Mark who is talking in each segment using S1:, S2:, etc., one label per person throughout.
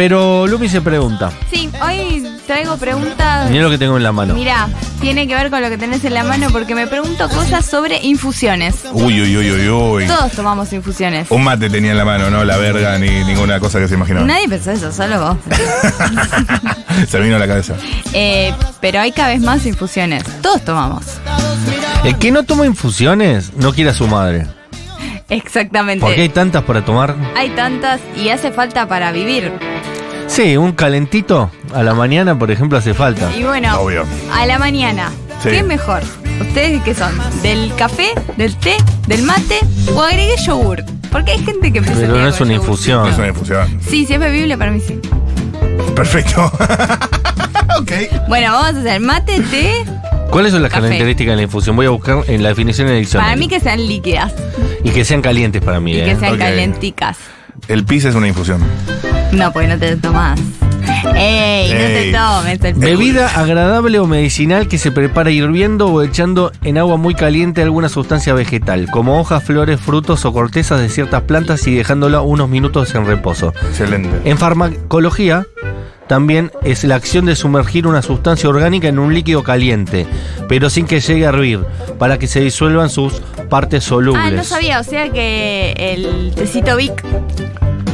S1: Pero Lumi se pregunta.
S2: Sí, hoy traigo preguntas.
S1: Mirá lo que tengo en la mano.
S2: Mirá, tiene que ver con lo que tenés en la mano porque me pregunto cosas sobre infusiones.
S3: Uy, uy, uy, uy, uy.
S2: Todos tomamos infusiones.
S3: Un mate tenía en la mano, no la verga ni ninguna cosa que se imaginaba.
S2: Nadie pensó eso, solo vos.
S3: se vino a la cabeza.
S2: Eh, pero hay cada vez más infusiones. Todos tomamos.
S1: El que no toma infusiones no quiere a su madre.
S2: Exactamente.
S1: Porque hay tantas para tomar.
S2: Hay tantas y hace falta para vivir.
S1: Sí, un calentito a la mañana, por ejemplo, hace falta.
S2: Y bueno,
S3: Obvio.
S2: a la mañana,
S3: Sí.
S2: ¿qué es mejor? ¿Ustedes qué son? ¿Del café, del té, del mate o agregué yogur? Porque hay gente que empieza el
S1: Pero
S2: día
S1: no es
S2: con
S1: una
S2: yogur.
S1: infusión.
S3: Es una infusión.
S2: Sí, sí es bebible para mí sí.
S3: Perfecto. ok.
S2: Bueno, vamos a hacer mate, té,
S1: ¿Cuáles son las
S2: Café.
S1: características de la infusión? Voy a buscar en la definición en el diccionario.
S2: para mí que sean líquidas
S1: Y que sean calientes para mí,
S2: y
S1: ¿eh?
S2: que sean
S3: ok.
S2: calenticas.
S3: El pis es una infusión.
S2: No, porque no te lo tomás. ¡Ey! No te
S3: Ey.
S2: tomes el
S1: Bebida agradable o medicinal que se prepara hirviendo o echando en agua muy caliente alguna sustancia vegetal, como hojas, flores, frutos o cortezas de ciertas plantas y dejándola unos minutos en reposo.
S3: Excelente.
S1: En farmacología también es la acción de sumergir una sustancia orgánica en un líquido caliente, pero sin que llegue a hervir, para que se disuelvan sus partes solubles.
S2: Ah, no sabía, o sea que el tecito Vic,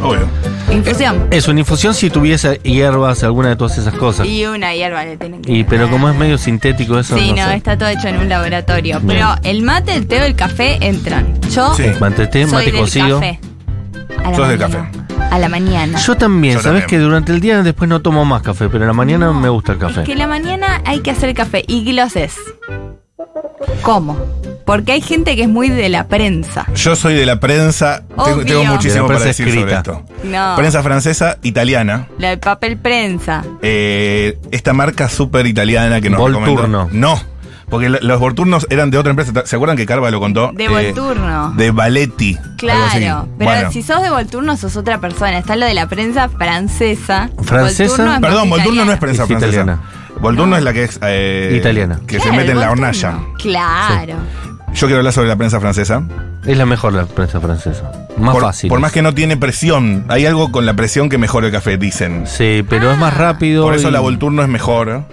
S3: Obvio.
S2: infusión.
S1: Es una infusión si tuviese hierbas, alguna de todas esas cosas. Y,
S2: Y una hierba le tienen que
S1: pero como es medio sintético eso,
S2: Sí,
S1: no,
S2: no,
S1: sé.
S2: está todo hecho en un laboratorio.
S1: Bien.
S2: Pero el mate, el té o el café entran. Yo
S3: Sí.
S1: Mate té,
S2: soy
S1: mate
S2: del
S1: cocido.
S2: café. A la
S3: Sos del
S2: mañana. A la mañana.
S1: Yo también,
S3: Yo
S1: sabes
S3: también.
S1: que durante el día después no tomo más café, pero en la mañana me gusta el café.
S2: Es que la mañana hay que hacer café. ¿Y qué lo haces? ¿Cómo? Porque hay gente que es muy de la prensa.
S3: Yo soy de la prensa. Tengo,
S2: Obvio. Ah.
S3: tengo muchísimo
S1: De la
S3: para
S1: prensa
S3: decir sobre
S1: escrita.
S3: esto.
S2: No.
S3: Prensa francesa, italiana.
S2: La del papel prensa.
S3: Eh, esta marca súper italiana que nos
S1: Volturno.
S3: recomendó- No. Porque lo- los Volturnos eran de otra empresa. ¿Se acuerdan que Carva lo contó?
S2: De
S3: Eh,
S2: Volturno.
S3: de Valetti. algo así.
S2: Claro, pero
S3: Bueno.
S2: si sos de Volturno sos otra persona. Está lo de la prensa francesa.
S1: ¿Francesa?
S2: Volturno es más
S3: Perdón, Volturno
S2: italiano.
S3: no es prensa
S1: Es
S3: francesa.
S1: italiana.
S3: Volturno es la que es. eh,
S1: Italiana.
S3: Que
S2: Claro,
S3: se mete en la
S2: Volturno.
S3: hornalla.
S2: Claro.
S3: Yo quiero hablar sobre la prensa francesa.
S1: Es la mejor la prensa francesa. Más
S3: por,
S1: fácil.
S3: Por más que no tiene presión. Hay algo con la presión que mejora el café, dicen.
S1: Sí, pero es más
S2: Ah.
S1: rápido.
S3: Por eso
S1: y-
S3: la Volturno es mejor.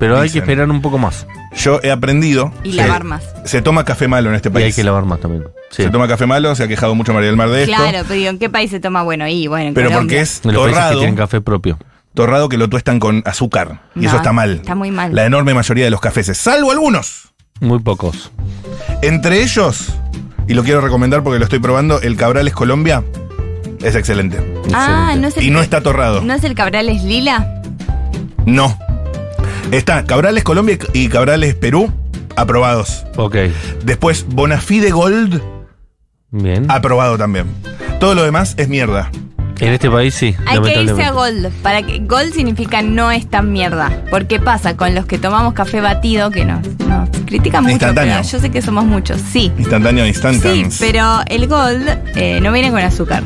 S1: Pero hay que
S3: dicen.
S1: esperar un poco más.
S3: Yo he aprendido.
S2: Y
S3: que
S2: lavar más.
S3: Se toma café malo en este
S1: Y
S3: país.
S1: hay que lavar más también. Sí.
S3: Se toma café malo, se ha quejado mucho María del Mar de esto.
S2: Claro, pero digo, ¿en qué país se toma? Bueno, y bueno, en
S3: Pero
S2: Colombia.
S3: porque es
S1: En los países que
S3: torrado,
S1: tienen café propio.
S3: torrado que lo tuestan con azúcar. Y
S2: No,
S3: eso está mal.
S2: está muy mal.
S3: La enorme mayoría de los cafés, salvo algunos.
S1: Muy pocos.
S3: Entre ellos, y lo quiero recomendar porque lo estoy probando, el Cabrales Colombia es excelente.
S2: Ah,
S1: Excelente.
S2: no es el
S3: Y no está torrado.
S2: ¿No es el Cabral es lila?
S3: No. Está Cabrales Colombia y Cabrales Perú aprobados.
S1: Ok.
S3: Después Bonafide Gold
S1: Bien.
S3: aprobado también. Todo lo demás es mierda.
S1: En este país sí.
S2: Hay que irse
S1: lamentablemente.
S2: a Gold. Para que, gold significa no es tan mierda. Porque pasa con los que tomamos café batido, que nos, nos critican mucho.
S3: Instantáneo.
S2: Pero yo sé que somos muchos, sí.
S3: Instantáneo,
S2: Sí,
S3: instantáneo.
S2: pero el Gold eh, no viene con azúcar.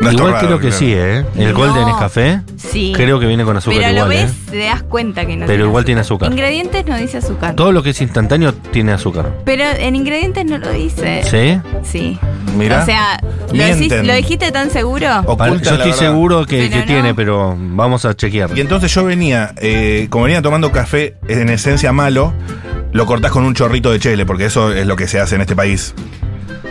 S3: No es
S1: Igual
S3: torrado,
S1: creo que
S3: claro.
S1: sí, ¿eh? El
S2: No.
S1: Golden es café.
S2: Sí.
S1: Creo que viene con azúcar
S2: Pero
S1: igual,
S2: lo ves,
S1: ¿eh?
S2: te das cuenta que no
S1: Pero igual tiene azúcar.
S2: Ingredientes no dice azúcar.
S1: Todo lo que es instantáneo tiene azúcar.
S2: Pero en ingredientes no lo dice.
S1: ¿Sí?
S2: Sí.
S3: Mirá.
S2: O sea, ¿lo,
S3: Mienten. Oh.
S2: decís- lo dijiste tan seguro?
S1: Para-
S3: Ocultan
S1: Yo
S3: la
S1: estoy
S3: verdad.
S1: seguro que,
S2: Pero
S1: que
S2: no.
S1: tiene, pero vamos a chequear.
S3: Y entonces yo venía, eh, como venía tomando café en esencia malo, lo cortás con un chorrito de chele, porque eso es lo que se hace en este país.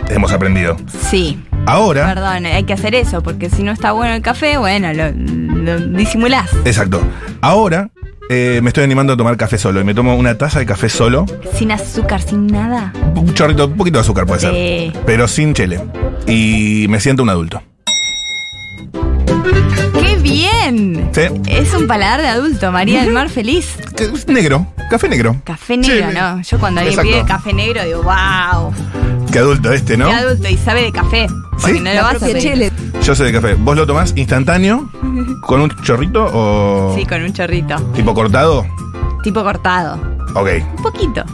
S3: Hemos aprendido.
S2: Sí.
S3: Ahora,
S2: Perdón, hay que hacer eso, porque si no está bueno el café, bueno, lo, lo disimulás.
S3: exacto. Ahora eh, me estoy animando a tomar café solo y me tomo una taza de café solo,
S2: Sin azúcar, sin nada. Eh,
S3: un chorrito, un poquito de azúcar puede ser,
S2: Sí.
S3: pero sin chele. Y me siento un adulto.
S2: ¡Qué bien!
S3: ¿Sí?
S2: Es un paladar de adulto, María del Mar feliz.
S3: Que es Negro, café negro.
S2: Café negro,
S3: Sí.
S2: ¿no? Yo cuando alguien
S3: Exacto.
S2: pide café negro digo, wow,
S3: Qué adulto este, ¿no?
S2: qué adulto y sabe de café. Porque
S3: Sí.
S2: no lo vas a pedir.
S3: Yo soy de café. ¿Vos lo tomás instantáneo? ¿Con un chorrito o
S2: Sí, con un chorrito.
S3: tipo cortado?
S2: Tipo cortado.
S3: Ok.
S2: Un poquito.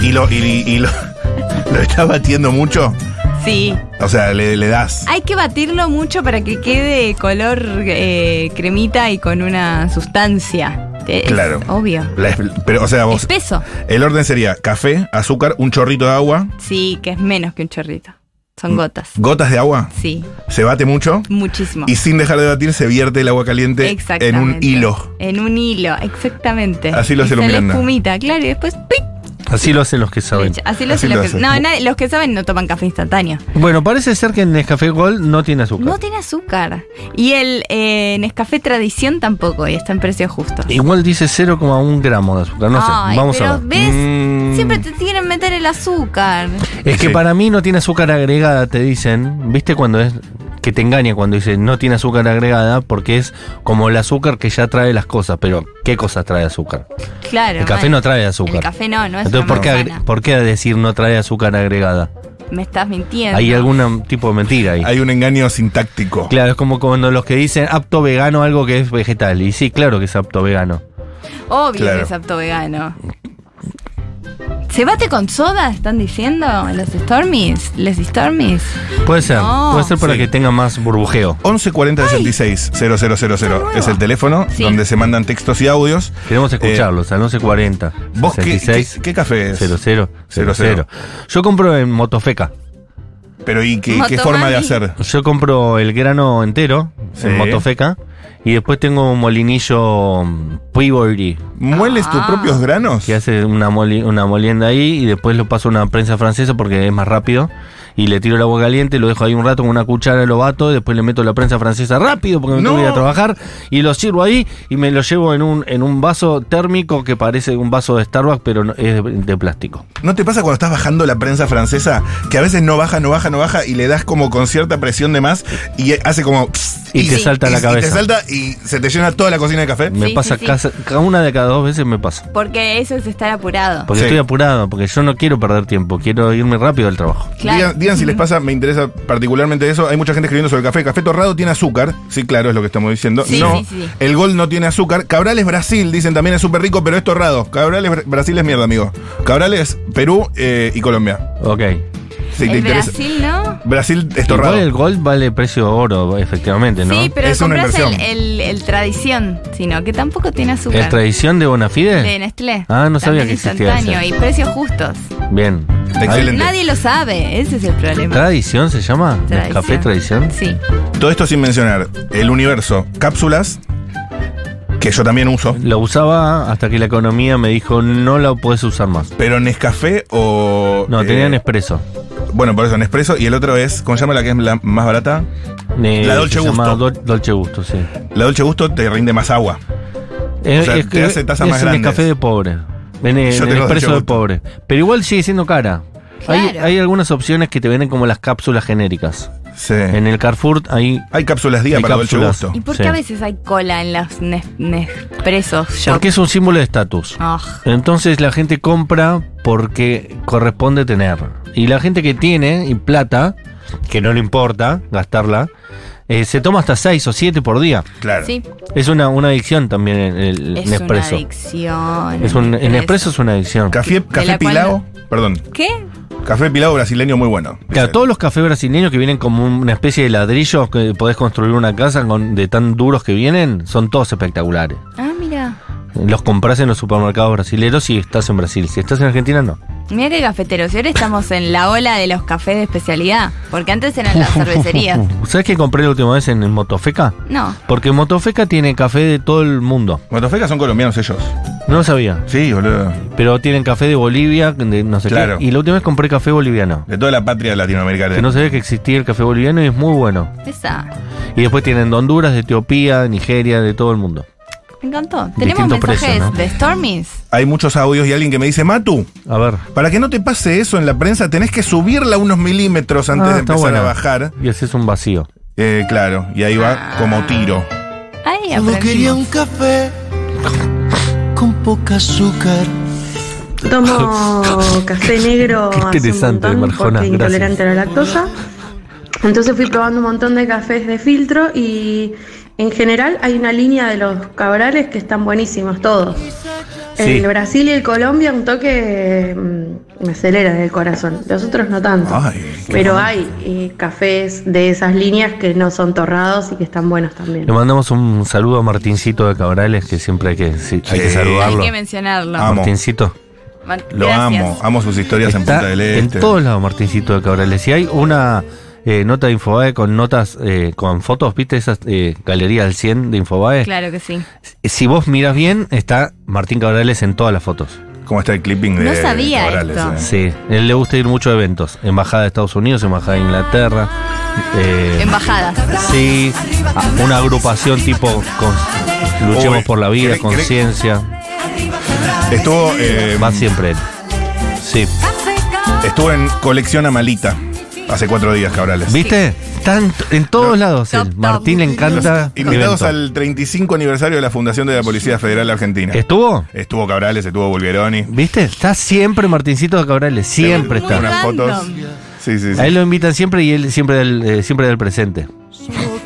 S3: Y lo, y, y lo, lo está batiendo mucho.
S2: Sí.
S3: O sea, le, le das.
S2: Hay que batirlo mucho para que quede color eh, cremita y con una sustancia. Es
S3: Claro.
S2: Obvio.
S3: La es- pero, o sea, vos.
S2: Espeso.
S3: El orden sería café, azúcar, un chorrito de agua.
S2: Sí, que es menos que un chorrito.
S3: Mm.
S2: Son gotas.
S3: Gotas de agua.
S2: Sí,
S3: Se bate mucho.
S2: muchísimo.
S3: Y sin dejar de batir, se vierte el agua caliente en un hilo.
S2: En un hilo, exactamente.
S3: Así lo hace
S2: Y
S3: lo
S2: sale
S3: Miranda.
S2: espumita, claro, y después ¡pic!
S1: Así lo hacen los que saben.
S2: Leche. Así lo
S3: Así
S2: hacen
S3: lo
S2: los que...
S3: hacen.
S2: No, nadie- los que saben no toman café instantáneo.
S1: Bueno, parece ser que el Nescafé Gold no tiene azúcar.
S2: No tiene azúcar. Y el eh, Nescafé Tradición tampoco, y está en precio justo.
S1: Igual dice 0,1 gramo de azúcar. No
S2: Ay,
S1: sé, vamos
S2: pero
S1: a ver.
S2: ¿ves?
S3: Mm.
S2: Siempre te quieren meter el azúcar.
S1: Es que
S3: Sí.
S1: para mí no tiene azúcar agregada, te dicen. ¿Viste cuando es que te engaña cuando dicen no tiene azúcar agregada? Porque es como el azúcar que ya trae las cosas. Pero, ¿qué cosas trae azúcar?
S2: Claro.
S1: el café
S2: bueno.
S1: no trae azúcar.
S2: El café no, no es
S1: Entonces,
S2: una
S1: ¿por qué, agre-
S2: manzana.
S1: por qué decir no trae azúcar agregada?
S2: Me estás mintiendo.
S1: Hay algún tipo de mentira ahí.
S3: Hay un engaño sintáctico.
S1: Claro, es como cuando los que dicen apto vegano algo que es vegetal. Y sí, claro que es apto vegano.
S2: Obvio
S3: Claro.
S2: que es apto vegano. ¿Se bate con soda? ¿Están diciendo los Stormies? ¿Les Stormies?
S1: Puede ser,
S2: No.
S1: puede ser para
S3: Sí.
S1: que tenga más burbujeo.
S3: 1140 66 0000 es el teléfono
S2: Sí.
S3: donde se mandan textos y audios.
S1: Queremos escucharlos al 1140
S3: Eh, ¿Vos qué-
S1: 66
S3: qué, qué café es?
S1: 00
S3: Cero, cero.
S1: 00. Yo compro en Motofeca.
S3: Pero ¿y qué, qué
S2: Motomami.
S3: forma de hacer?
S1: Yo compro el grano entero
S3: Sí.
S1: en Motofeca y después tengo un molinillo mm, Peabody
S3: ¿Mueles tus
S2: Ah.
S3: propios granos?
S1: que hace una, moli- una molienda ahí y después lo paso a una prensa francesa porque es más rápido y le tiro el agua caliente, lo dejo ahí un rato con una cuchara, lo bato, después le meto la prensa francesa rápido porque me
S3: No.
S1: tengo que ir a trabajar y lo sirvo ahí y me lo llevo en un, en un vaso térmico que parece un vaso de Starbucks pero no- es de- de plástico.
S3: ¿No te pasa cuando estás bajando la prensa francesa que a veces no baja, no baja, no baja y le das como con cierta presión de más y hace como...
S1: Y te salta la
S3: Y
S1: cabeza.
S3: te salta y se te llena toda la cocina de café.
S1: Me
S2: Sí,
S1: pasa
S2: sí, sí.
S1: casa- cada una de cada dos veces me pasa.
S2: Porque eso es estar apurado.
S1: Porque
S3: Sí.
S1: estoy apurado, porque yo no quiero perder tiempo, quiero irme rápido del trabajo.
S2: Claro.
S3: Digan, digan si les pasa, me interesa particularmente eso. Hay mucha gente escribiendo sobre el café. Café torrado tiene azúcar. Sí, claro, es lo que estamos diciendo.
S2: Sí,
S3: no,
S2: sí, sí.
S3: el gol no tiene azúcar. Cabrales Brasil, dicen también es súper rico, pero es torrado. Cabrales Br- Brasil es mierda, amigo. Cabrales Perú eh, y Colombia.
S1: Ok.
S3: Si te
S2: el
S3: interesa.
S2: Brasil, ¿no?
S3: Brasil es torrado.
S1: Igual el gold vale precio oro, efectivamente, ¿no?
S2: Sí, pero
S3: Es una
S2: compras
S3: inversión.
S2: el, el, el tradición, sino que tampoco tiene azúcar.
S1: ¿Es tradición de Bonafide?
S2: de Nestlé.
S1: Ah, no sabía
S2: También
S1: que existía
S2: instantáneo
S1: ese.
S2: y precios justos.
S1: Bien.
S3: Excelente.
S2: Nadie lo sabe, ese es el problema.
S1: ¿Tradición se llama?
S2: Tradición.
S1: ¿Café tradición?
S2: Sí.
S3: Todo esto sin mencionar el universo. Cápsulas, que yo también uso.
S1: Lo usaba hasta que la economía me dijo no la puedes usar más.
S3: Pero Nescafé o.
S1: No,
S3: eh,
S1: tenían expreso.
S3: Bueno, por eso Nespresso. Y el otro es, ¿cómo se llama la que es la más barata? la Dolce Gusto.
S1: Dolce Gusto, sí.
S3: La Dolce Gusto te rinde más agua.
S1: Eh,
S3: sea, te hace tazas
S1: es
S3: más
S1: un
S3: grandes.
S1: café de pobre. En, en
S3: Yo
S1: el
S3: tengo
S1: expreso de
S3: Dolce Gusto.
S1: pobre. Pero igual sigue siendo cara. Hay,
S2: Claro.
S1: hay algunas opciones que te venden como las cápsulas genéricas.
S3: Sí.
S1: En el Carrefour hay
S3: Hay cápsulas día
S1: Hay
S3: para
S1: cápsulas.
S3: Dolce
S2: ¿Y
S3: Gusto.
S2: por qué
S1: Sí.
S2: a veces hay cola en los Nes- Nespresso Shop?
S1: Porque es un símbolo de estatus.
S2: Ah,
S1: Entonces la gente compra porque corresponde tener. Y la gente que tiene y plata, que no le importa gastarla, eh, se toma hasta 6 o 7 por día.
S3: Claro.
S2: sí,
S1: Es una, una adicción también el, el
S2: es
S1: Nespresso.
S2: una adicción.
S1: Es un,
S2: Nespresso.
S1: el Nespresso es una adicción.
S3: Café, café
S2: la cual-
S3: Pilao, perdón.
S2: ¿Qué?
S3: Café Pilao brasileño muy bueno.
S1: Claro,
S3: Dice.
S1: todos los cafés brasileños que vienen como una especie de ladrillos que podés construir una casa con, de tan duros que vienen, son todos espectaculares.
S2: Ah, mira.
S1: Los compras en los supermercados brasileros si estás en Brasil. Si estás en Argentina, no.
S2: Mira qué cafeteros. Y ahora estamos en la ola de los cafés de especialidad. Porque antes eran las cervecerías.
S1: ¿Sabes qué compré la última vez en, en Motofeca?
S2: No.
S1: Porque Motofeca tiene café de todo el mundo.
S3: Motofeca son colombianos ellos.
S1: No lo sabía.
S3: Sí, boludo.
S1: Pero tienen café de Bolivia, de no sé
S3: Claro.
S1: qué. Y la última vez compré café boliviano.
S3: De toda la patria latinoamericana.
S1: Que no sabía que existía el café boliviano y es muy bueno.
S2: Esa.
S1: Y después tienen de Honduras, de Etiopía, de Nigeria, de todo el mundo.
S2: Me encantó. Tenemos
S1: Distintos
S2: mensajes
S1: precios, ¿no?
S2: de Stormies.
S3: Hay muchos audios y alguien que me dice, Matu,
S1: A ver.
S3: para que no te pase eso en la prensa tenés que subirla unos milímetros antes
S1: Ah,
S3: de
S1: está
S3: empezar
S1: buena.
S3: a bajar.
S1: Y ese es un vacío.
S3: Eh, claro, y ahí
S2: Ah.
S3: va como tiro.
S2: Ay,
S4: Solo quería
S2: aprendimos.
S4: un café con poca azúcar.
S5: Tomo café negro
S1: Qué
S5: hace un
S1: interesante,
S5: montón
S1: Marjona,
S5: porque
S1: gracias.
S5: intolerante a la lactosa. Entonces fui probando un montón de cafés de filtro y en general hay una línea de los cabrales que están buenísimos todos.
S1: Sí.
S5: El Brasil y el Colombia un toque mm, me acelera del corazón, los otros no tanto.
S1: Ah,
S3: Ay, qué
S5: Pero hay eh, cafés de esas líneas que no son torrados y que están buenos también.
S1: Le mandamos un saludo a Martincito de Cabrales, que siempre hay que, sí, hay que
S3: Sí.
S1: saludarlo.
S2: Hay que mencionarlo.
S3: Ah, Amo.
S1: Martincito.
S2: Mar-
S3: Lo
S2: gracias.
S3: amo, amo sus historias en
S1: Está
S3: Punta del Este.
S1: En todos lados, Martincito de Cabrales. Si hay una eh, nota de Infobae con notas, eh, con fotos, ¿viste esas eh, galerías del 100 de Infobae? Eh,
S2: Claro que sí.
S1: Si vos miras bien, está Martín Cabrales en todas las fotos.
S3: ¿Cómo está el clipping de
S2: No sabía
S3: Corales,
S2: esto.
S3: eh?
S1: Sí, él le gusta ir mucho a eventos. Embajada de Estados Unidos, Embajada de Inglaterra. eh,
S2: Embajadas.
S1: sí, a- una agrupación tipo con- Luchemos
S3: Uy,
S1: por la vida,
S3: ¿querés- querés-
S1: conciencia.
S3: Estuvo, eh,
S1: Va siempre él. Sí.
S2: Ah,
S3: estuvo en Colección Amalita hace cuatro días, Cabrales.
S1: ¿Viste? Están en todos lados.
S2: Top,
S1: él.
S2: top.
S1: Martín le encanta.
S3: Invitados
S1: evento.
S3: al 35 aniversario de la Fundación de la Policía Federal Argentina.
S1: ¿Estuvo?
S3: Estuvo Cabrales, estuvo Bulgeroni.
S1: ¿Viste? Está siempre Martincito de Cabrales, siempre
S3: Tengo
S1: está.
S3: Unas
S2: Random.
S3: fotos. Sí, sí, sí.
S1: A él lo invitan siempre y él siempre del, eh, siempre del presente.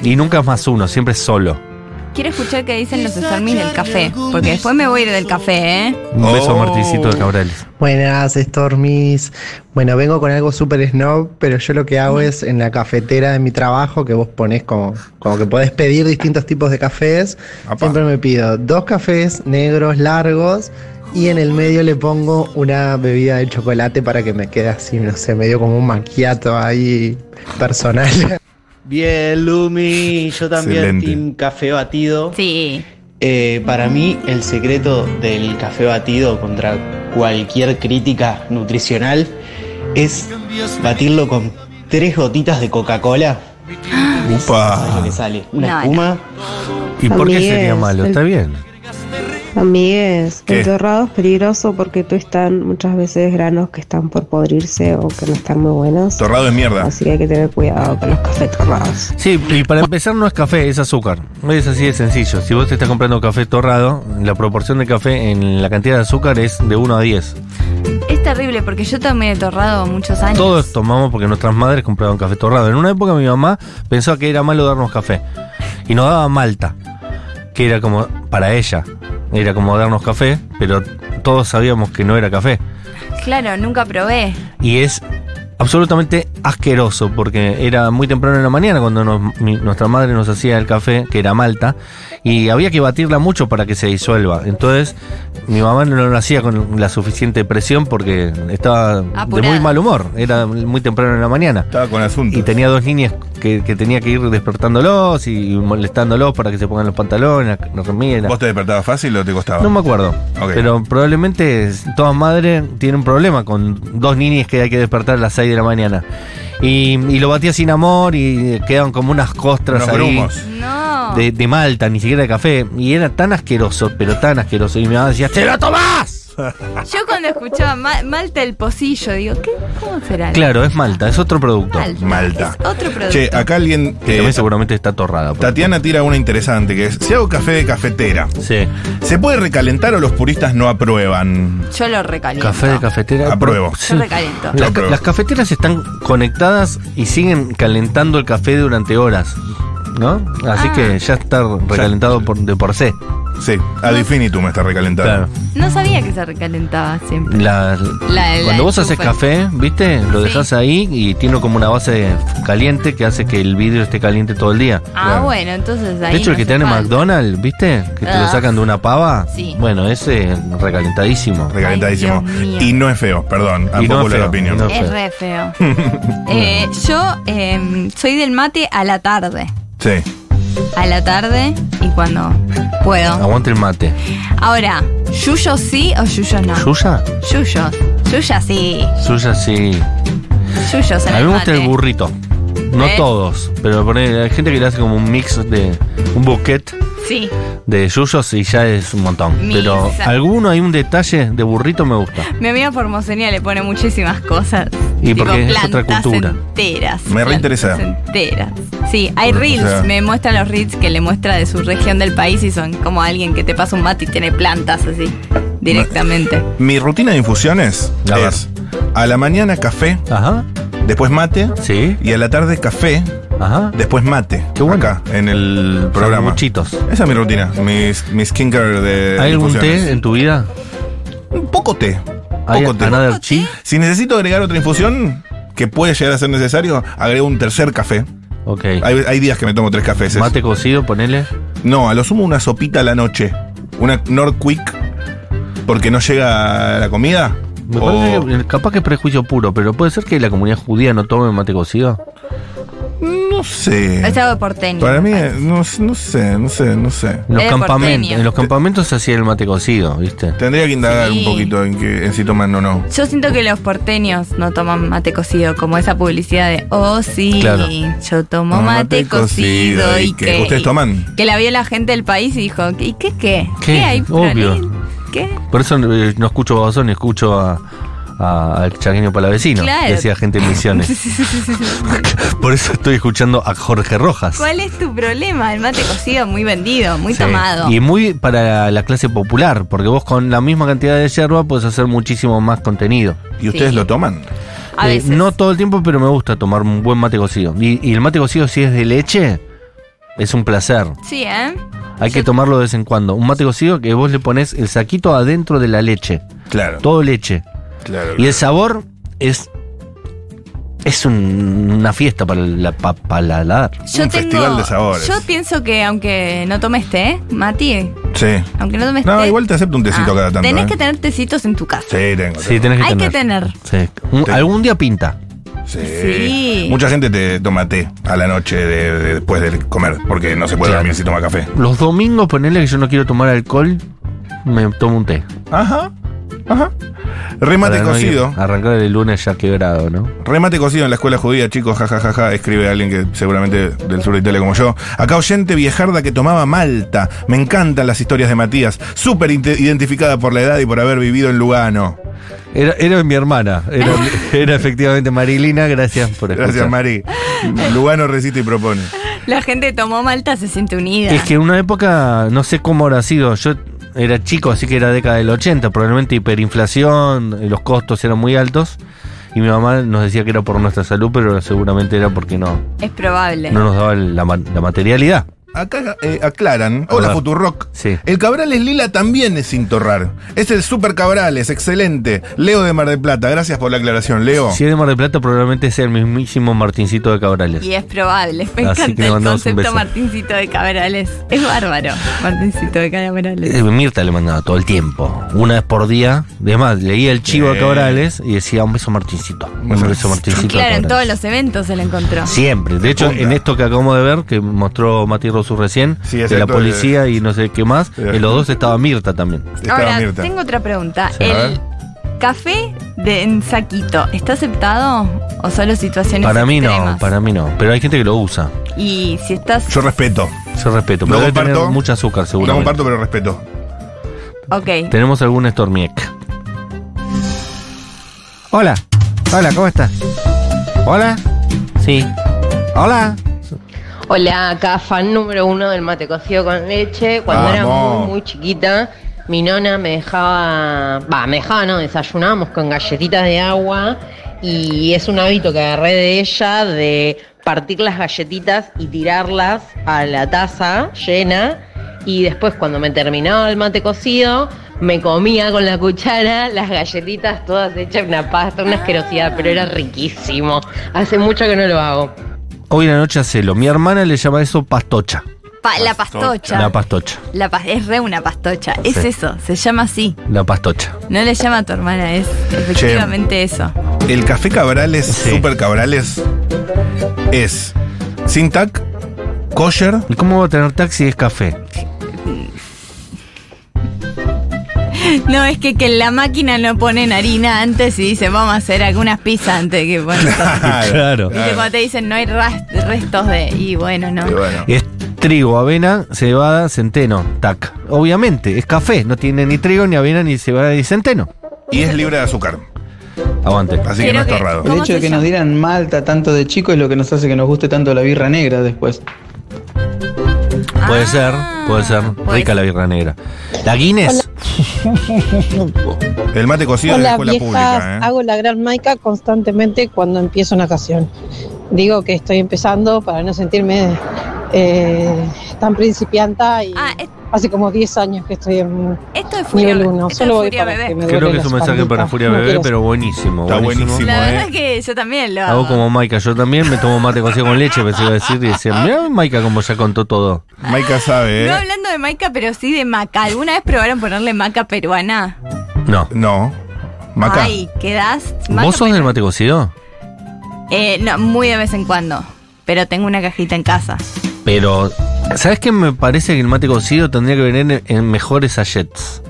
S1: Y nunca es más uno, siempre es solo.
S2: Quiero escuchar qué dicen los stormies del café, porque después me voy a ir del café, ¿eh?
S1: Un beso a
S3: Oh.
S1: Martincito de Cabrales.
S6: Buenas, Stormies. Bueno, vengo con algo súper snob, pero yo lo que hago es en la cafetera de mi trabajo, que vos ponés como, como que podés pedir distintos tipos de cafés.
S3: Apa.
S6: Siempre me pido dos cafés negros largos y en el medio le pongo una bebida de chocolate para que me quede así, no sé, medio como un maquiato ahí personal.
S7: Bien, Lumi, yo también,
S3: Excelente.
S7: Team Café Batido.
S2: Sí.
S7: Eh, para mí, el secreto del café batido contra cualquier crítica nutricional es batirlo con tres gotitas de Coca-Cola. ¿Sabes lo
S3: Upa.
S7: que sale? Una
S2: No, no.
S7: espuma.
S1: ¿Y por qué
S8: Amigues,
S1: sería malo?
S8: el-
S1: Está bien.
S8: Amigues,
S3: ¿Qué?
S8: el dorrado es peligroso porque tú están muchas veces granos que están por podrirse o que no están muy buenos.
S3: Torrado es mierda.
S8: Así que hay que tener cuidado con los cafés torrados.
S1: Sí, y para empezar no es café, es azúcar. Es así de sencillo. Si vos te estás comprando café torrado, la proporción de café en la cantidad de azúcar es de 1 a 10.
S2: Es terrible porque yo tomé torrado muchos años.
S1: Todos tomamos porque nuestras madres compraban café torrado. En una época mi mamá pensó que era malo darnos café. Y nos daba malta. Que era como, para ella, era como darnos café, pero todos sabíamos que no era café.
S2: Claro, nunca probé.
S1: Y es absolutamente asqueroso porque era muy temprano en la mañana cuando nos- mi- nuestra madre nos hacía el café, que era malta, y había que batirla mucho para que se disuelva. Entonces mi mamá no lo hacía con la suficiente presión porque estaba de
S2: Apurada.
S1: muy mal humor, era muy temprano en la mañana.
S3: Estaba con asunto.
S1: Y tenía dos niñas que, que tenía que ir despertándolos y molestándolos para que se pongan los pantalones, la, la remera.
S3: ¿Vos te despertabas fácil o te costaba?
S1: No me acuerdo.
S3: Ok.
S1: Pero probablemente toda madre tiene un problema con dos niñas que hay que despertar a las 6 de la mañana. Y, y lo batía sin amor y quedaban como unas costras
S3: Unos
S1: ahí
S3: grumos.
S2: No.
S1: De, de malta, ni siquiera de café. Y era tan asqueroso, pero tan asqueroso. Y mi mamá decía, ¡Te lo tomás!
S2: Yo cuando escuchaba ma- Malta el pocillo, digo, ¿qué? ¿cómo será?
S1: Claro, es malta, es otro producto.
S2: Malta.
S3: Malta.
S2: Es otro producto.
S3: Che, acá alguien.
S1: Que
S3: eh,
S1: también seguramente está torrada. por-
S3: Tatiana tira una interesante que es: si hago café de cafetera,
S1: Sí,
S3: ¿se puede recalentar o los puristas no aprueban?
S2: Yo lo recaliento.
S1: café de cafetera.
S3: Apruebo.
S1: Pro-
S2: Yo recaliento.
S1: Las, ca-
S3: Apruebo.
S1: las cafeteras están conectadas y siguen calentando el café durante horas, ¿no? Así
S2: Ah.
S1: que ya está recalentado por, de por sí.
S3: Sí, a definitum está recalentado.
S2: No sabía que se recalentaba siempre.
S1: La-
S2: La- la
S1: cuando vos haces
S2: enchufe.
S1: café, ¿viste? Lo
S2: Sí.
S1: dejas ahí y tiene como una base caliente que hace que el vidrio esté caliente todo el día.
S2: Ah, bueno, entonces ahí.
S1: de hecho, el
S2: no
S1: que
S2: hace
S1: te dan en
S2: falta.
S1: McDonald's, ¿viste? Que te lo
S2: Ah.
S1: sacan de una pava.
S2: Sí.
S1: Bueno, ese es recalentadísimo.
S3: Recalentadísimo.
S2: Ay, Dios mío.
S3: y no es feo, perdón. A
S1: Y no es
S3: popular
S1: feo,
S3: opinion.
S1: no
S2: Es re feo. Eh, yo eh, soy del mate a la tarde.
S3: Sí.
S2: A la tarde y cuando puedo.
S1: Aguante el mate.
S2: Ahora, ¿yuyos sí o yuyos no?
S1: ¿Suya?
S2: Yuyos. Yuyas sí.
S1: Suya sí.
S2: Yuyos en
S1: A mí
S2: el
S1: me gusta
S2: mate.
S1: el burrito. No
S2: ¿Eh?
S1: todos, pero por ahí hay gente que le hace como un mix de un bouquet
S2: Sí.
S1: de yuyos y ya es un montón.
S2: Mix.
S1: Pero alguno hay un detalle de burrito me gusta.
S2: Mi amiga formoseña le pone muchísimas cosas.
S1: Y porque es
S2: plantas
S1: otra cultura.
S2: Enteras,
S3: Me reinteresa.
S2: plantas Enteras. Sí, hay
S3: O
S2: reels.
S3: sea-
S2: Me muestra los reels que le muestra de su región del país y son como alguien que te pasa un mate y tiene plantas así, directamente.
S3: Mi rutina de infusiones
S1: A ver.
S3: es a la mañana café,
S1: Ajá.
S3: después mate,
S1: Sí.
S3: y a la tarde café,
S1: Ajá.
S3: después mate.
S1: Qué bueno.
S3: Acá, en el programa. Eh,
S1: Muchitos.
S3: Esa es mi rutina, mis, mis skincare de.
S1: ¿Hay algún
S3: infusiones.
S1: té en tu vida?
S3: Un poco té.
S1: ¿Hay
S3: Poco té.
S1: another chi?
S3: Si necesito agregar otra infusión, que puede llegar a ser necesario, agrego un tercer café.
S1: Ok.
S3: Hay, hay días que me tomo tres cafés.
S1: Mate cocido, ponele.
S3: No, a lo sumo una sopita a la noche. Una Nord Quick. Porque no llega la comida.
S1: Me
S3: O-
S1: parece que- eh, capaz que es prejuicio puro, pero puede ser que la comunidad judía no tome mate cocido.
S3: No sé.
S2: Es algo de porteño.
S3: Para mí,
S2: me
S3: eh,
S2: parece.
S3: no, no sé, no sé, no sé.
S1: En los
S2: Es
S1: campamentos,
S2: porteño.
S1: en los campamentos se hacía el mate cocido, ¿viste?
S3: Tendría que indagar
S2: Sí.
S3: un poquito en, que, en si toman o no.
S2: Yo siento que los porteños no toman mate cocido, como esa publicidad de, oh sí,
S1: Claro.
S2: yo tomo mate, cocido, y que,
S3: ¿Ustedes toman?
S2: Que la vio la gente del país y dijo, ¿y qué qué? ¿Qué,
S1: ¿Qué?
S2: hay?
S1: Obvio.
S2: Florín? ¿Qué?
S1: Por eso eh, no escucho a Babazón, escucho a, a- al chaqueño palavecino,
S2: Claro.
S1: decía gente en misiones. Por eso estoy escuchando a Jorge Rojas.
S2: ¿Cuál es tu problema? El mate cocido muy vendido, muy
S1: Sí.
S2: tomado.
S1: Y muy para la clase popular, porque vos con la misma cantidad de yerba puedes hacer muchísimo más contenido.
S3: ¿Y ustedes
S2: Sí.
S3: lo toman?
S2: A
S1: Eh,
S2: veces.
S1: no todo el tiempo, pero me gusta tomar un buen mate cocido. Y, y el mate cocido, si es de leche, es un placer.
S2: Sí, ¿eh?
S1: Hay que
S2: Yo-
S1: tomarlo de vez en cuando. Un mate cocido que vos le pones el saquito adentro de la leche.
S3: Claro.
S1: Todo leche.
S3: claro.
S1: Y el sabor es. Es un- una fiesta para la pa- paladar.
S2: Yo
S3: Un festival de sabores.
S2: Yo pienso que aunque no tomes té, Mati,
S3: Sí.
S2: aunque no tomes té.
S3: No, igual te acepto un tecito
S2: Ah,
S3: cada tanto.
S2: Tenés
S3: ¿eh?
S2: que tener tecitos en tu casa.
S3: Sí, tengo.
S1: Sí,
S3: tengo.
S1: tenés que
S2: Hay que
S1: tener.
S2: tener.
S1: Sí. Un-
S3: Te-
S1: Algún día pinta.
S2: Sí.
S3: Mucha gente te toma té a la noche de- de- después del comer, porque no se puede dormir si toma café.
S1: Los domingos, ponele que yo no quiero tomar alcohol, me tomo un té.
S3: Ajá. Ajá. Remate
S1: Para no ir- Ah.
S3: cocido.
S1: arrancar el lunes ya quebrado, ¿no?
S3: Remate cocido en la escuela judía, chicos, jajajaja, escribe alguien que seguramente del sur de Italia como yo. Acá oyente viejarda que tomaba Malta. Me encantan las historias de Matías, súper inte- identificada por la edad y por haber vivido en Lugano.
S1: Era, era mi hermana. Era, era efectivamente Marilina. Gracias por escuchar.
S3: Gracias, Mari. Lugano resiste y propone.
S2: La gente tomó Malta, se siente unida.
S1: Es que en una época, no sé cómo habrá sido, yo era chico, así que era década del 80, probablemente hiperinflación, eh, los costos eran muy altos. Y mi mamá nos decía que era por nuestra salud, pero seguramente era porque no,
S2: Es probable.
S1: no nos daba la, ma- la materialidad.
S3: Acá eh, aclaran.
S1: A
S3: Hola,
S1: ver.
S3: Futurock.
S1: Sí.
S3: El Cabrales Lila también es Intorrar. Es el Super Cabrales, excelente. Leo de Mar del Plata, gracias por la aclaración, Leo.
S1: Si es de Mar del Plata, probablemente sea el mismísimo Martincito de Cabrales.
S2: Y es probable. Me
S1: Así que
S2: encanta
S1: le
S2: el
S1: mandamos un
S2: concepto
S1: beso.
S2: Martincito de Cabrales. Es bárbaro. Martincito de Cabrales.
S1: Eh, Mirta le mandaba todo el tiempo, una vez por día. Además, leía el chivo a
S3: Bien.
S1: Cabrales y decía un beso Martincito. Un
S3: Bueno,
S1: beso Martincito. a
S2: Claro, en
S1: Cabrales".
S2: todos los eventos se lo encontró.
S1: Siempre. De hecho,
S3: Punta.
S1: en esto que acabamos de ver, que mostró Mati Rosu recién,
S3: Sí, eh,
S1: de la
S3: exacto,
S1: policía y no sé qué más,
S3: Sí.
S1: en los dos estaba Mirta también.
S3: Estaba
S2: Ahora,
S3: Mirta.
S2: tengo otra pregunta.
S1: Sí.
S3: A
S2: ¿El
S3: ver.
S2: café de, en saquito está aceptado o solo situaciones
S1: Para mí no,
S2: extremas?
S1: para mí no. Pero hay gente que lo usa.
S2: Y si estás...
S3: Yo respeto.
S1: Yo respeto.
S3: No
S1: Pero debe tener
S3: comparto.
S1: mucho azúcar,
S3: No
S1: seguramente.
S3: comparto, pero respeto.
S2: Ok.
S1: Tenemos algún Stormiek. Hola. Hola, ¿cómo estás? Hola. Sí. Hola.
S9: Hola, acá fan número uno del mate cocido con leche. Cuando era
S3: Vamos.
S9: muy, muy chiquita, mi nona me dejaba, va, me dejaba, no, desayunábamos con galletitas de agua y es un hábito que agarré de ella de partir las galletitas y tirarlas a la taza llena y después cuando me terminaba el mate cocido me comía con la cuchara las galletitas todas hechas una pasta, una asquerosidad, pero era riquísimo. Hace mucho que no lo hago.
S1: Hoy en la noche hacelo. Mi hermana le llama eso pastocha.
S2: Pa- la pastocha.
S1: La pastocha.
S2: La pas- es re una pastocha. Es
S1: Sí.
S2: eso. Se llama así.
S1: La pastocha.
S2: No le llama a tu hermana. Es efectivamente eso.
S3: El café Cabrales,
S1: Sí.
S3: Super Cabrales, es sin tac, kosher.
S1: ¿Y cómo va a tener taxi si es café?
S2: No, es que, que la máquina no ponen harina antes y dicen, vamos a hacer algunas pizzas antes de que ponen todo.
S1: Claro.
S2: Viste, cuando te dicen, no hay ras- restos de... Y bueno, no.
S3: Y bueno,
S1: Es trigo, avena, cebada, centeno, tac. Obviamente, es café, no tiene ni trigo, ni avena, ni cebada, ni centeno.
S3: y es libre de azúcar,
S1: Aguante.
S3: así que
S2: Quiero
S3: no es
S2: que-
S3: torrado.
S7: El
S2: ¿Cómo
S7: hecho
S2: se
S7: de que
S2: llama?
S7: nos dieran Malta tanto de chico es lo que nos hace que nos guste tanto la birra negra después.
S1: Puede
S2: Ah,
S1: ser, puede ser.
S2: puede
S1: Rica
S2: ser.
S1: la birra negra. La Guinness,
S3: El mate cocido en la
S10: Hola
S3: escuela
S10: viejas,
S3: pública. ¿eh?
S10: hago la gran maica constantemente cuando empiezo una canción. Digo que estoy empezando para no sentirme eh, tan principianta y
S2: Ah, es-
S10: hace como 10 años que estoy en
S2: esto es furia,
S10: nivel 1.
S2: esto
S10: Solo
S2: es
S10: voy
S2: furia
S10: para
S2: bebé.
S10: que me duele
S1: creo que es un
S10: la
S1: mensaje
S10: espaldita.
S1: para Furia
S10: No
S1: Bebé,
S10: quiero
S1: pero buenísimo.
S3: Está buenísimo.
S2: La
S3: ¿eh?
S2: verdad que yo también lo hago.
S1: Hago como Maika, yo también me tomo mate cocido con leche, pensé que iba a decir, y decía, mirá Maika como ya contó todo.
S3: Maika sabe, ¿eh?
S2: No hablando de Maica, pero sí de maca. ¿Alguna vez probaron ponerle maca peruana?
S1: No,
S3: No. Maca.
S2: Ay, quedás. Maca,
S1: ¿Vos sos del mate cocido?
S2: eh, no, muy de vez en cuando. Pero tengo una cajita en casa.
S1: Pero, ¿sabes qué? Me parece que el mate cocido tendría que venir en, en mejores sachets.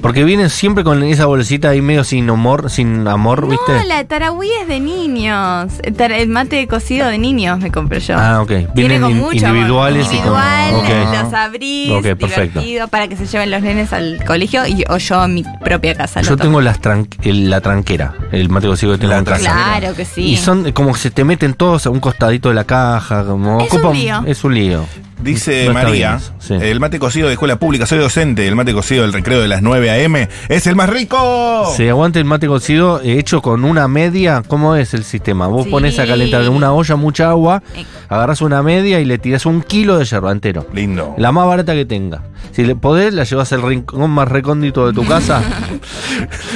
S1: Porque vienen siempre con esa bolsita ahí medio sin humor, sin amor, ¿viste?
S2: No, la tarawí es de niños. El tar- El mate cocido de niños me compré yo.
S1: Ah, ok. Vienen
S2: con
S1: in-
S2: mucho amor.
S1: individuales y con-
S2: Individual,
S1: ok.
S2: los abrís,
S1: Ok, perfecto.
S2: divertido, para que se lleven los nenes al colegio y, o yo a mi propia casa. lo
S1: Yo
S2: tomo.
S1: tengo las tran- el- la tranquera, el mate cocido que tengo en casa.
S2: Claro que sí.
S1: Y son como que se te meten todos a un costadito de la caja, como
S2: Es un
S1: ocupa
S2: lío.
S1: Es un lío.
S3: Dice
S1: No está
S3: María, eh,
S1: bien eso, sí.
S3: el mate cocido de escuela pública, soy docente, el mate cocido del recreo de las 9 a.m. es el más rico.
S1: Se aguanta el mate cocido eh, hecho con una media. ¿Cómo es el sistema? Vos
S2: Sí.
S1: pones a calentar en una olla mucha agua, agarras una media y le tirás un kilo de yerba entero.
S3: Lindo.
S1: La más barata que tengas. Si le podés, la llevas al rincón más recóndito de tu casa.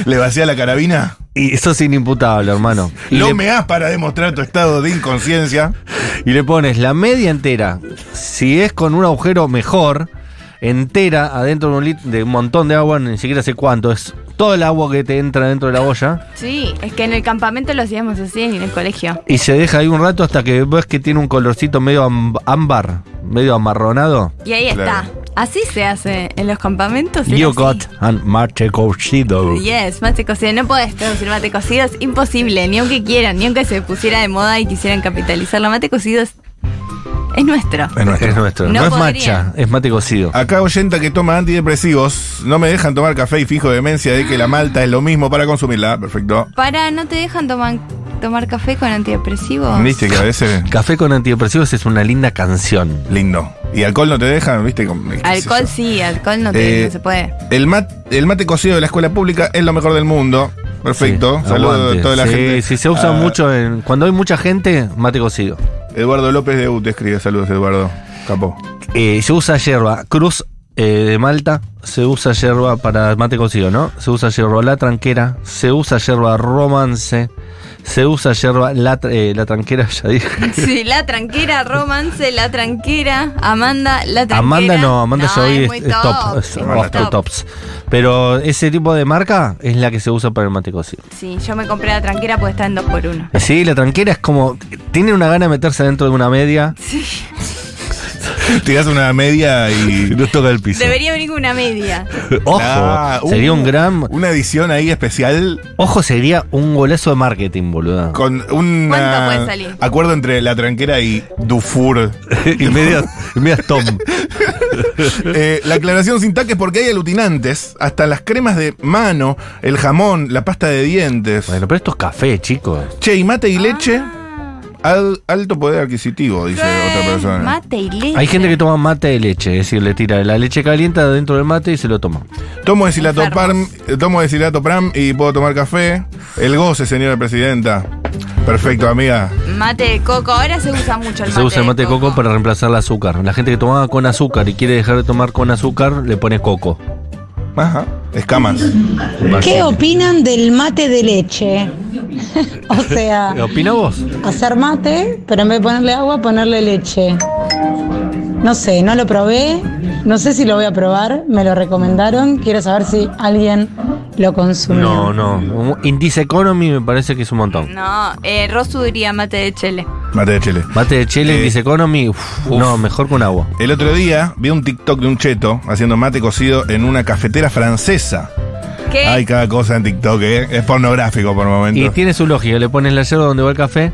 S3: ¿Le vacía la carabina?
S1: y eso es inimputable, hermano. Y
S3: Lo
S1: le-
S3: meás para demostrar tu estado de inconsciencia.
S1: Y le pones la media entera, si es con un agujero mejor, entera, adentro de un, lit- de un montón de agua, ni siquiera sé cuánto, es todo el agua que te entra dentro de la olla.
S2: Sí, es que en el campamento lo hacíamos así en el colegio.
S1: Y se deja ahí un rato hasta que ves que tiene un colorcito medio am- ámbar, medio amarronado.
S2: Y ahí
S1: Claro.
S2: está. Así se hace en los campamentos. era
S1: You
S2: así.
S1: got an mate cocido.
S2: Yes, mate cocido. No podés traducir mate cocido, es imposible. Ni aunque quieran, ni aunque se pusiera de moda y quisieran capitalizar. La mate cocido es, es nuestro.
S3: Es nuestro.
S1: Es nuestro.
S2: No
S1: No, es
S2: podría.
S1: macha, es mate cocido.
S3: Acá oyenta que toma antidepresivos, no me dejan tomar café y fijo demencia de que la malta es lo mismo para consumirla. Perfecto.
S2: Para, ¿no te dejan toman- tomar café con antidepresivos?
S3: Viste que a veces
S1: Café con antidepresivos es una linda canción.
S3: lindo. Y alcohol no te dejan, viste. Con- qué sé
S2: Alcohol
S3: yo.
S2: sí, alcohol no, te-
S3: Eh,
S2: no se puede.
S3: El, mat- el mate cocido de la escuela pública es lo mejor del mundo. Perfecto.
S1: Sí,
S3: Saludos
S1: aguante.
S3: a toda la
S1: Sí,
S3: gente.
S1: sí, se usa
S3: Ah,
S1: mucho en. Cuando hay mucha gente, mate cocido.
S3: Eduardo López de U te escribe. Saludos, Eduardo. Capó.
S1: Eh, se usa hierba cruz eh, de Malta, se usa hierba para mate cocido, ¿no? Se usa hierba la tranquera, se usa hierba romance, se usa hierba la, tra- eh, la tranquera, ya dije.
S2: Sí, la tranquera, romance, la tranquera, Amanda, la tranquera.
S1: Amanda Ah, no, Amanda ya hoy
S2: es
S1: es,
S2: muy
S1: es top,
S2: top,
S1: es
S2: sí,
S1: off
S2: muy
S1: the
S2: top.
S1: tops. Pero ese tipo de marca es la que se usa para el mate cocido.
S2: Sí, yo me compré la tranquera porque está en 2x1.
S3: Ah.
S1: Sí, la tranquera es como, tiene una gana de meterse dentro de una media.
S3: Tirás una media y.
S1: No toca el piso.
S2: Debería venir con una media.
S1: Ojo,
S3: Ah, uh,
S1: sería un gran,
S3: Una edición ahí especial
S1: ojo sería un golazo de marketing, boluda.
S3: con un
S2: ¿Cuánto puede salir?
S3: acuerdo entre la tranquera y Dufour.
S1: y media, y media tom.
S3: Eh, la aclaración sin taques porque hay aglutinantes, hasta las cremas de mano, el jamón, la pasta de dientes.
S1: Bueno, pero esto es café, chicos.
S3: Che, y mate y leche,
S2: Ah,
S3: al- alto poder adquisitivo, dice otra persona.
S2: Mate y leche.
S1: Hay gente que toma mate de leche, es decir, le tira la leche caliente dentro del mate y se lo toma.
S3: Tomo deshilato,
S2: Enfermos.
S3: parm- eh, tomo deshilato pram y puedo tomar café. El goce, señora presidenta. Perfecto, amiga.
S2: Mate de coco, ahora se usa mucho el
S1: Se
S2: mate.
S1: usa el mate de coco, para reemplazar el azúcar. La gente que tomaba con azúcar y quiere dejar de tomar con azúcar, le pone coco.
S3: Ajá. Escamas.
S11: ¿Qué opinan del mate de leche? o sea,
S1: ¿Qué Eh, opina vos?
S11: hacer mate, pero en vez de ponerle agua, ponerle leche. No sé, no lo probé, no sé si lo voy a probar, me lo recomendaron, quiero saber si alguien lo consumió.
S1: No, no. Indice Economy me parece que es un montón.
S2: No, eh, Rosu diría mate de chele.
S3: Mate de chile.
S1: Mate de chile,
S3: Eh,
S1: Indice Economy, uf,
S3: uf.
S1: no, mejor con agua.
S3: El otro día vi un TikTok de un cheto haciendo mate cocido en una cafetera francesa.
S2: ¿Qué?
S3: Hay cada cosa en TikTok, ¿eh? Es pornográfico por momentos.
S1: Y tiene su lógica, le pones la yerba donde va el café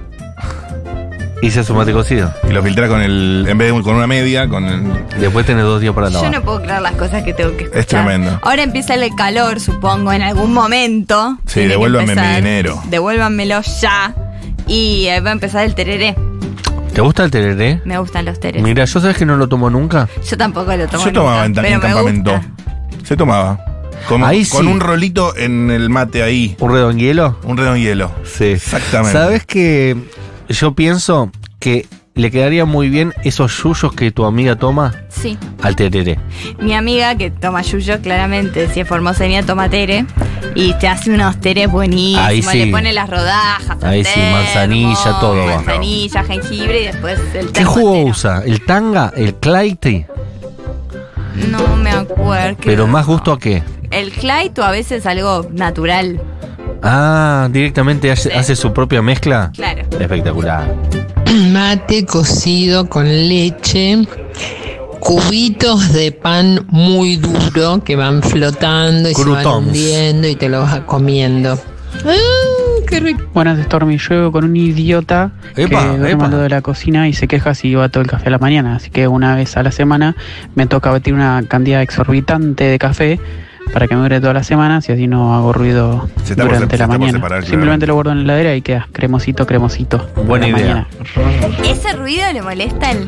S1: y se hace un mate cocido.
S3: Y lo filtra con el. En vez de con una media, con el-
S1: Después tenés dos días para
S2: Yo
S1: lavar.
S2: no puedo creer las cosas que tengo que escuchar.
S3: tremendo.
S2: Ahora empieza el calor, supongo, en algún momento.
S3: Sí,
S2: Tiene que
S3: devuélvanme
S2: empezar.
S3: mi dinero.
S2: Devuélvanmelo ya. Y eh, va a empezar el tereré.
S1: ¿Te gusta el tereré?
S2: Me gustan los tererés.
S1: Mira, yo sabes que no lo tomo nunca.
S2: Yo tampoco lo tomo.
S3: Yo
S2: nunca,
S3: tomaba en, ta-
S2: pero
S3: en
S2: me
S3: campamento.
S2: gusta.
S3: Se tomaba. Con,
S1: Ahí
S3: con
S1: sí.
S3: un rolito en el mate ahí.
S1: ¿Un redonguielo?
S3: Un redón hielo.
S1: Sí.
S3: Exactamente.
S1: ¿Sabes que yo pienso que le quedaría muy bien esos yuyos que tu amiga toma
S2: Sí.
S1: al tereré?
S2: Mi amiga que toma yuyo, claramente, si es formoseña, toma tere. Y te hace unos teres buenísimos.
S1: Ahí sí.
S2: Le pone las rodajas. al
S1: Ahí sí,
S2: termo,
S1: manzanilla, todo va.
S2: Manzanilla, jengibre y después el
S1: ¿Qué
S2: termo
S1: jugo
S2: entero.
S1: usa? ¿El tanga? ¿El claite?
S2: No me acuerdo.
S1: ¿Pero más gusto a qué?
S2: el Clyde o a veces algo natural.
S1: Ah, directamente hace, hace su propia mezcla.
S2: Claro.
S1: Espectacular.
S12: Mate cocido con leche, cubitos de pan muy duro que van flotando y se van
S13: Croutons.
S12: hundiendo y te lo vas comiendo.
S13: Buenas, Stormy. Yo vivo con un idiota
S12: Epa,
S13: que duerme
S12: epa.
S13: al lado de la cocina y se queja si va todo el café a la mañana. Así que una vez a la semana me toca batir una cantidad exorbitante de café para que me dure toda la semana, si así no hago ruido
S3: Se está por se- se
S13: durante la
S3: está por
S13: mañana.
S3: separar, claro.
S13: Simplemente lo guardo en la heladera y queda cremosito, cremosito.
S1: Buena
S13: a la
S1: idea.
S13: mañana.
S2: ¿Ese ruido le molesta al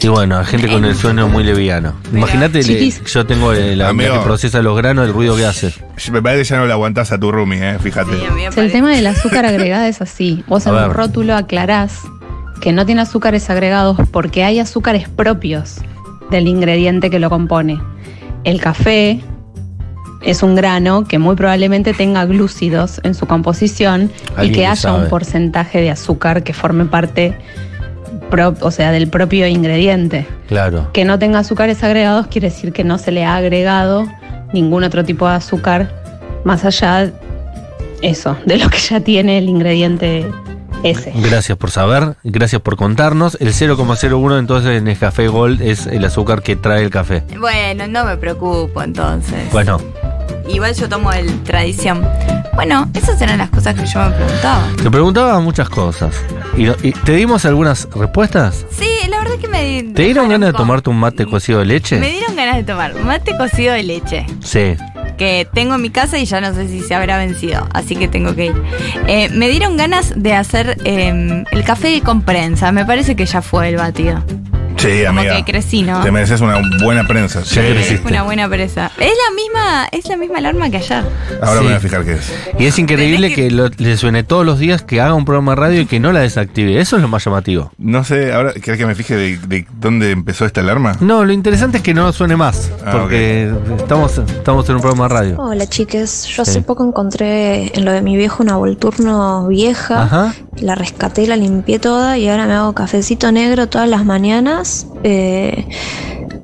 S1: Y bueno, hay gente con el sueño muy leviano. Imagínate, le-
S2: Chiquis.
S1: yo tengo el- la
S3: Amigo.
S1: que procesa los granos, el ruido que hace.
S3: Me parece que ya no le aguantás a tu roomie, eh, fíjate.
S14: O sea, el tema del azúcar agregada es así. Vos
S3: A
S14: en
S3: ver.
S14: un rótulo aclarás que no tiene azúcares agregados porque hay azúcares propios del ingrediente que lo compone. El café es un grano que muy probablemente tenga glúcidos en su composición y
S15: Alguien
S14: que
S15: que
S14: haya
S15: sabe.
S14: un porcentaje de azúcar que forme parte, pro- o sea, del propio ingrediente.
S1: Claro.
S14: Que no tenga azúcares agregados quiere decir que no se le ha agregado ningún otro tipo de azúcar más allá eso, de lo que ya tiene el ingrediente ese.
S1: Gracias por saber, gracias por contarnos. El 0,01 entonces en el café Gold es el azúcar que trae el café.
S2: Bueno, no me preocupo entonces.
S1: Bueno,
S2: Igual yo tomo el tradición. Bueno, esas eran las cosas que yo me preguntaba.
S1: te preguntaba muchas cosas. ¿Y, lo- y te dimos algunas respuestas?
S2: Sí, la verdad que me,
S1: ¿Te dieron ganas de tomarte un mate cocido de
S2: me
S1: leche?
S2: dieron ganas de tomar mate cocido de leche.
S1: Sí.
S2: que tengo en mi casa y ya no sé si se habrá vencido, así que tengo que ir. Eh, me dieron ganas de hacer eh, el café con prensa, me parece que ya fue el batido.
S3: Sí,
S2: Como
S3: amiga.
S2: que crecí, ¿no?
S3: Te mereces una buena prensa. Sí.
S2: Es una buena presa. Es la misma, es la misma alarma que ayer.
S3: Ahora
S1: Sí.
S3: me voy a fijar qué es.
S1: Y es increíble que, lo- le suene todos los días que haga un programa de radio y que no la desactive. Eso es lo más llamativo.
S3: No sé, ahora, ¿querés que me fije de, de dónde empezó esta alarma?
S1: No, lo interesante es que no suene más.
S3: Ah,
S1: porque estamos, estamos en un programa de radio.
S16: Hola chiques, yo
S1: Sí.
S16: hace poco encontré en lo de mi viejo una volturno
S3: Ah.
S16: vieja,
S1: Ajá.
S16: la rescaté, la limpié toda y ahora me hago cafecito negro todas las mañanas eh,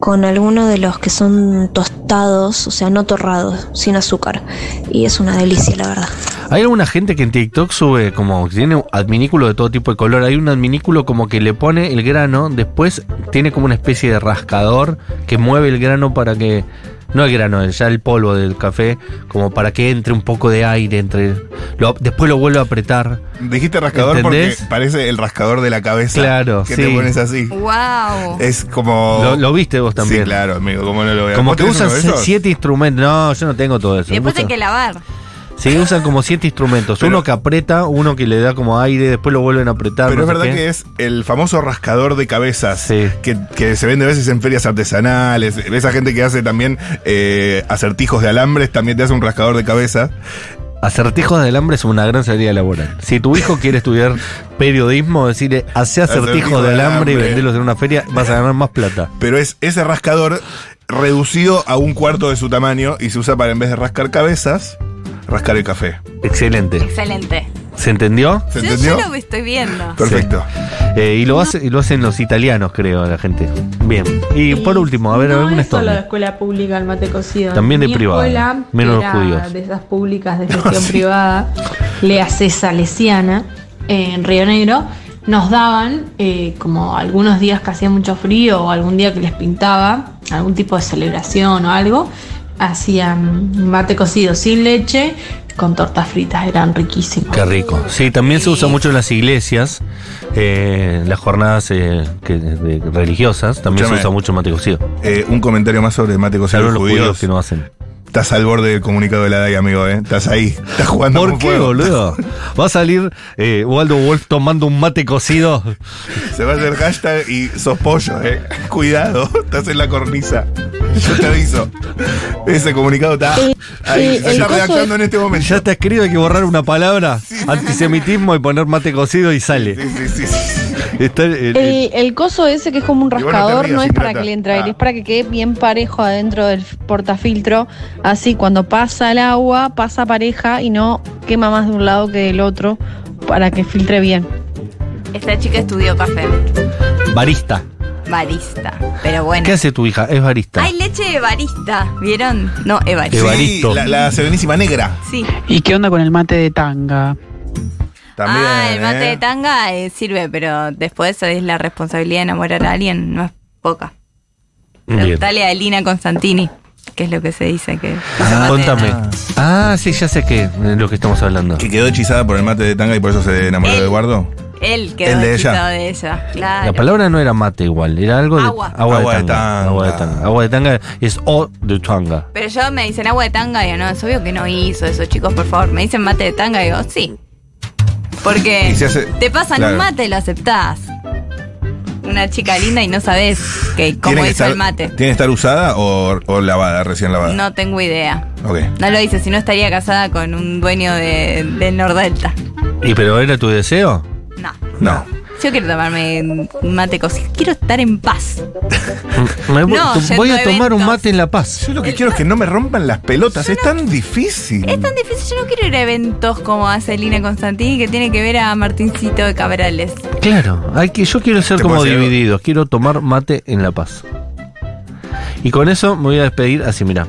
S16: con alguno de los que son tostados, o sea, no torrados, sin azúcar. Y es una delicia, la verdad.
S1: Hay alguna gente que en TikTok sube como que tiene adminículo de todo tipo de color. Hay un adminículo como que le pone el grano, después tiene como una especie de rascador que mueve el grano para que. No el grano, ya el polvo del café, como para que entre un poco de aire, entre. lo- después lo vuelve a apretar.
S3: Dijiste rascador
S1: ¿Entendés?
S3: porque parece el rascador de la cabeza.
S1: Claro,
S3: Que
S1: sí.
S3: te pones así.
S2: ¡Wow!
S3: Es como.
S1: Lo- lo viste vos también.
S3: Sí, claro, amigo, ¿cómo no lo veo?
S1: Como que usan siete instrumentos. No, yo no tengo todo eso.
S2: Después hay
S1: Usan-
S2: que lavar.
S1: Sí, usan como siete instrumentos. uno que aprieta, uno que le da como aire, después lo vuelven a apretar. no
S3: Pero es
S1: sé
S3: verdad
S1: qué.
S3: que es el famoso rascador de cabezas que, que se vende a veces en ferias artesanales. Esa gente que hace también eh, acertijos de alambres también te hace un rascador de cabeza.
S1: Acertijos del hambre es una gran salida laboral. Si tu hijo quiere estudiar periodismo, decirle, hace acertijos del hambre y vendelos en una feria, vas a ganar más plata.
S3: Pero es ese rascador reducido a un cuarto de su tamaño y se usa para en vez de rascar cabezas, rascar el café.
S1: Excelente.
S2: Excelente.
S1: ¿Se entendió?
S3: ¿Se
S2: Yo, yo lo estoy viendo.
S3: Perfecto.
S1: Sí. Eh, y lo, hace- y lo hacen los italianos, creo, la gente. Bien. Y por último, a ver,
S17: No
S1: algún
S17: es solo de
S1: stormy.
S17: escuela pública el mate cocido.
S1: También de
S17: Mi
S1: privada,
S17: escuela,
S1: menos
S17: que era
S1: los judíos.
S17: Ah, De esas públicas de gestión privada, eh, le Salesiana, en Río Negro, nos daban eh, como algunos días que hacía mucho frío o algún día que les pintaba, algún tipo de celebración o algo, hacían mate cocido sin leche con tortas fritas, eran riquísimos.
S1: Qué rico. Sí, también se usa mucho en las iglesias, eh, las jornadas eh, que- de- religiosas, también
S3: Escúchame.
S1: se usa mucho mate cocido.
S3: Eh, un comentario más sobre mate cocido
S1: Salvo
S3: y
S1: los
S3: judíos.
S1: judíos que no hacen.
S3: Estás al borde del comunicado de la DAI, amigo, ¿eh? Estás ahí, estás jugando
S1: ¿Por
S3: con
S1: qué,
S3: fuego.
S1: boludo? Va a salir eh, Waldo Wolf tomando un mate cocido.
S3: Se va a hacer hashtag y sos pollo, ¿eh? Cuidado, estás en la cornisa. Yo te aviso. Ese comunicado está ahí, se está redactando en este momento.
S1: Ya está escrito, hay que borrar una palabra, antisemitismo y poner mate cocido y sale.
S3: Sí, sí, sí.
S1: Está el- el-
S9: Eh.
S15: El, el coso ese que es como un
S1: Y vos no te
S15: rascador
S1: rías,
S15: no es para
S1: ingrata.
S15: que le entre aire,
S1: Ah.
S15: es para que quede bien parejo adentro del portafiltro. Así cuando pasa el agua, pasa pareja y no quema más de un lado que del otro para que filtre bien.
S2: Esta chica estudió café.
S1: barista.
S2: barista. Pero bueno.
S1: ¿Qué hace tu hija? Es barista.
S2: Hay leche de barista, ¿vieron? No, evarista.
S3: Sí, la, la serenísima negra.
S2: Sí.
S13: ¿Y qué onda con el mate de tanga?
S3: También.
S2: ah, el mate
S3: ¿eh?
S2: de tanga eh, sirve, pero después es la responsabilidad de enamorar a alguien, no es poca.
S1: Bien.
S2: Preguntale a Lina Constantini, que es lo que se dice que.
S1: Ah, contame. Ah, sí, ya sé qué, de lo que estamos hablando.
S3: Que quedó hechizada por el mate de tanga y por eso se enamoró
S2: Eh,
S3: de Eduardo.
S2: Él quedó
S3: El de
S2: hechizado
S3: ella.
S2: de ella. Claro.
S1: La palabra no era mate igual, era algo de
S2: Ah, Agua.
S3: Agua de
S1: tanga,
S3: tanga.
S1: Agua de tanga. Agua de tanga es o de tanga.
S2: Pero yo me dicen agua de tanga y yo, no, es obvio que no hizo eso, chicos, por favor. Me dicen mate de tanga y digo, sí. Porque
S3: Y se hace-
S2: te pasan
S3: claro.
S2: un mate y lo aceptás. Una chica linda y no sabes que cómo
S3: ¿Tiene
S2: hizo
S3: que estar-
S2: el mate.
S3: ¿Tiene que estar usada o, o lavada, recién lavada?
S2: No tengo idea.
S3: Ok.
S2: No lo hice, si no estaría casada con un dueño de, del Nordelta.
S1: ¿Y pero era tu deseo?
S2: No.
S1: No.
S2: Yo quiero tomarme un mate cocido. Quiero estar en paz.
S1: Me voy,
S2: No,
S1: voy a
S2: yendo a
S1: tomar un mate en La Paz.
S3: Yo lo que quiero es que no me rompan las pelotas, es tan difícil.
S2: Es tan difícil, yo no quiero ir a eventos como hace Lina Constantini, que tiene que ver a Martincito de Cabrales.
S1: Claro, hay que, yo quiero ser
S3: ¿Te
S1: como
S3: puedo decir algo?
S1: dividido, quiero tomar mate en La Paz. Y con eso me voy a despedir así, mira.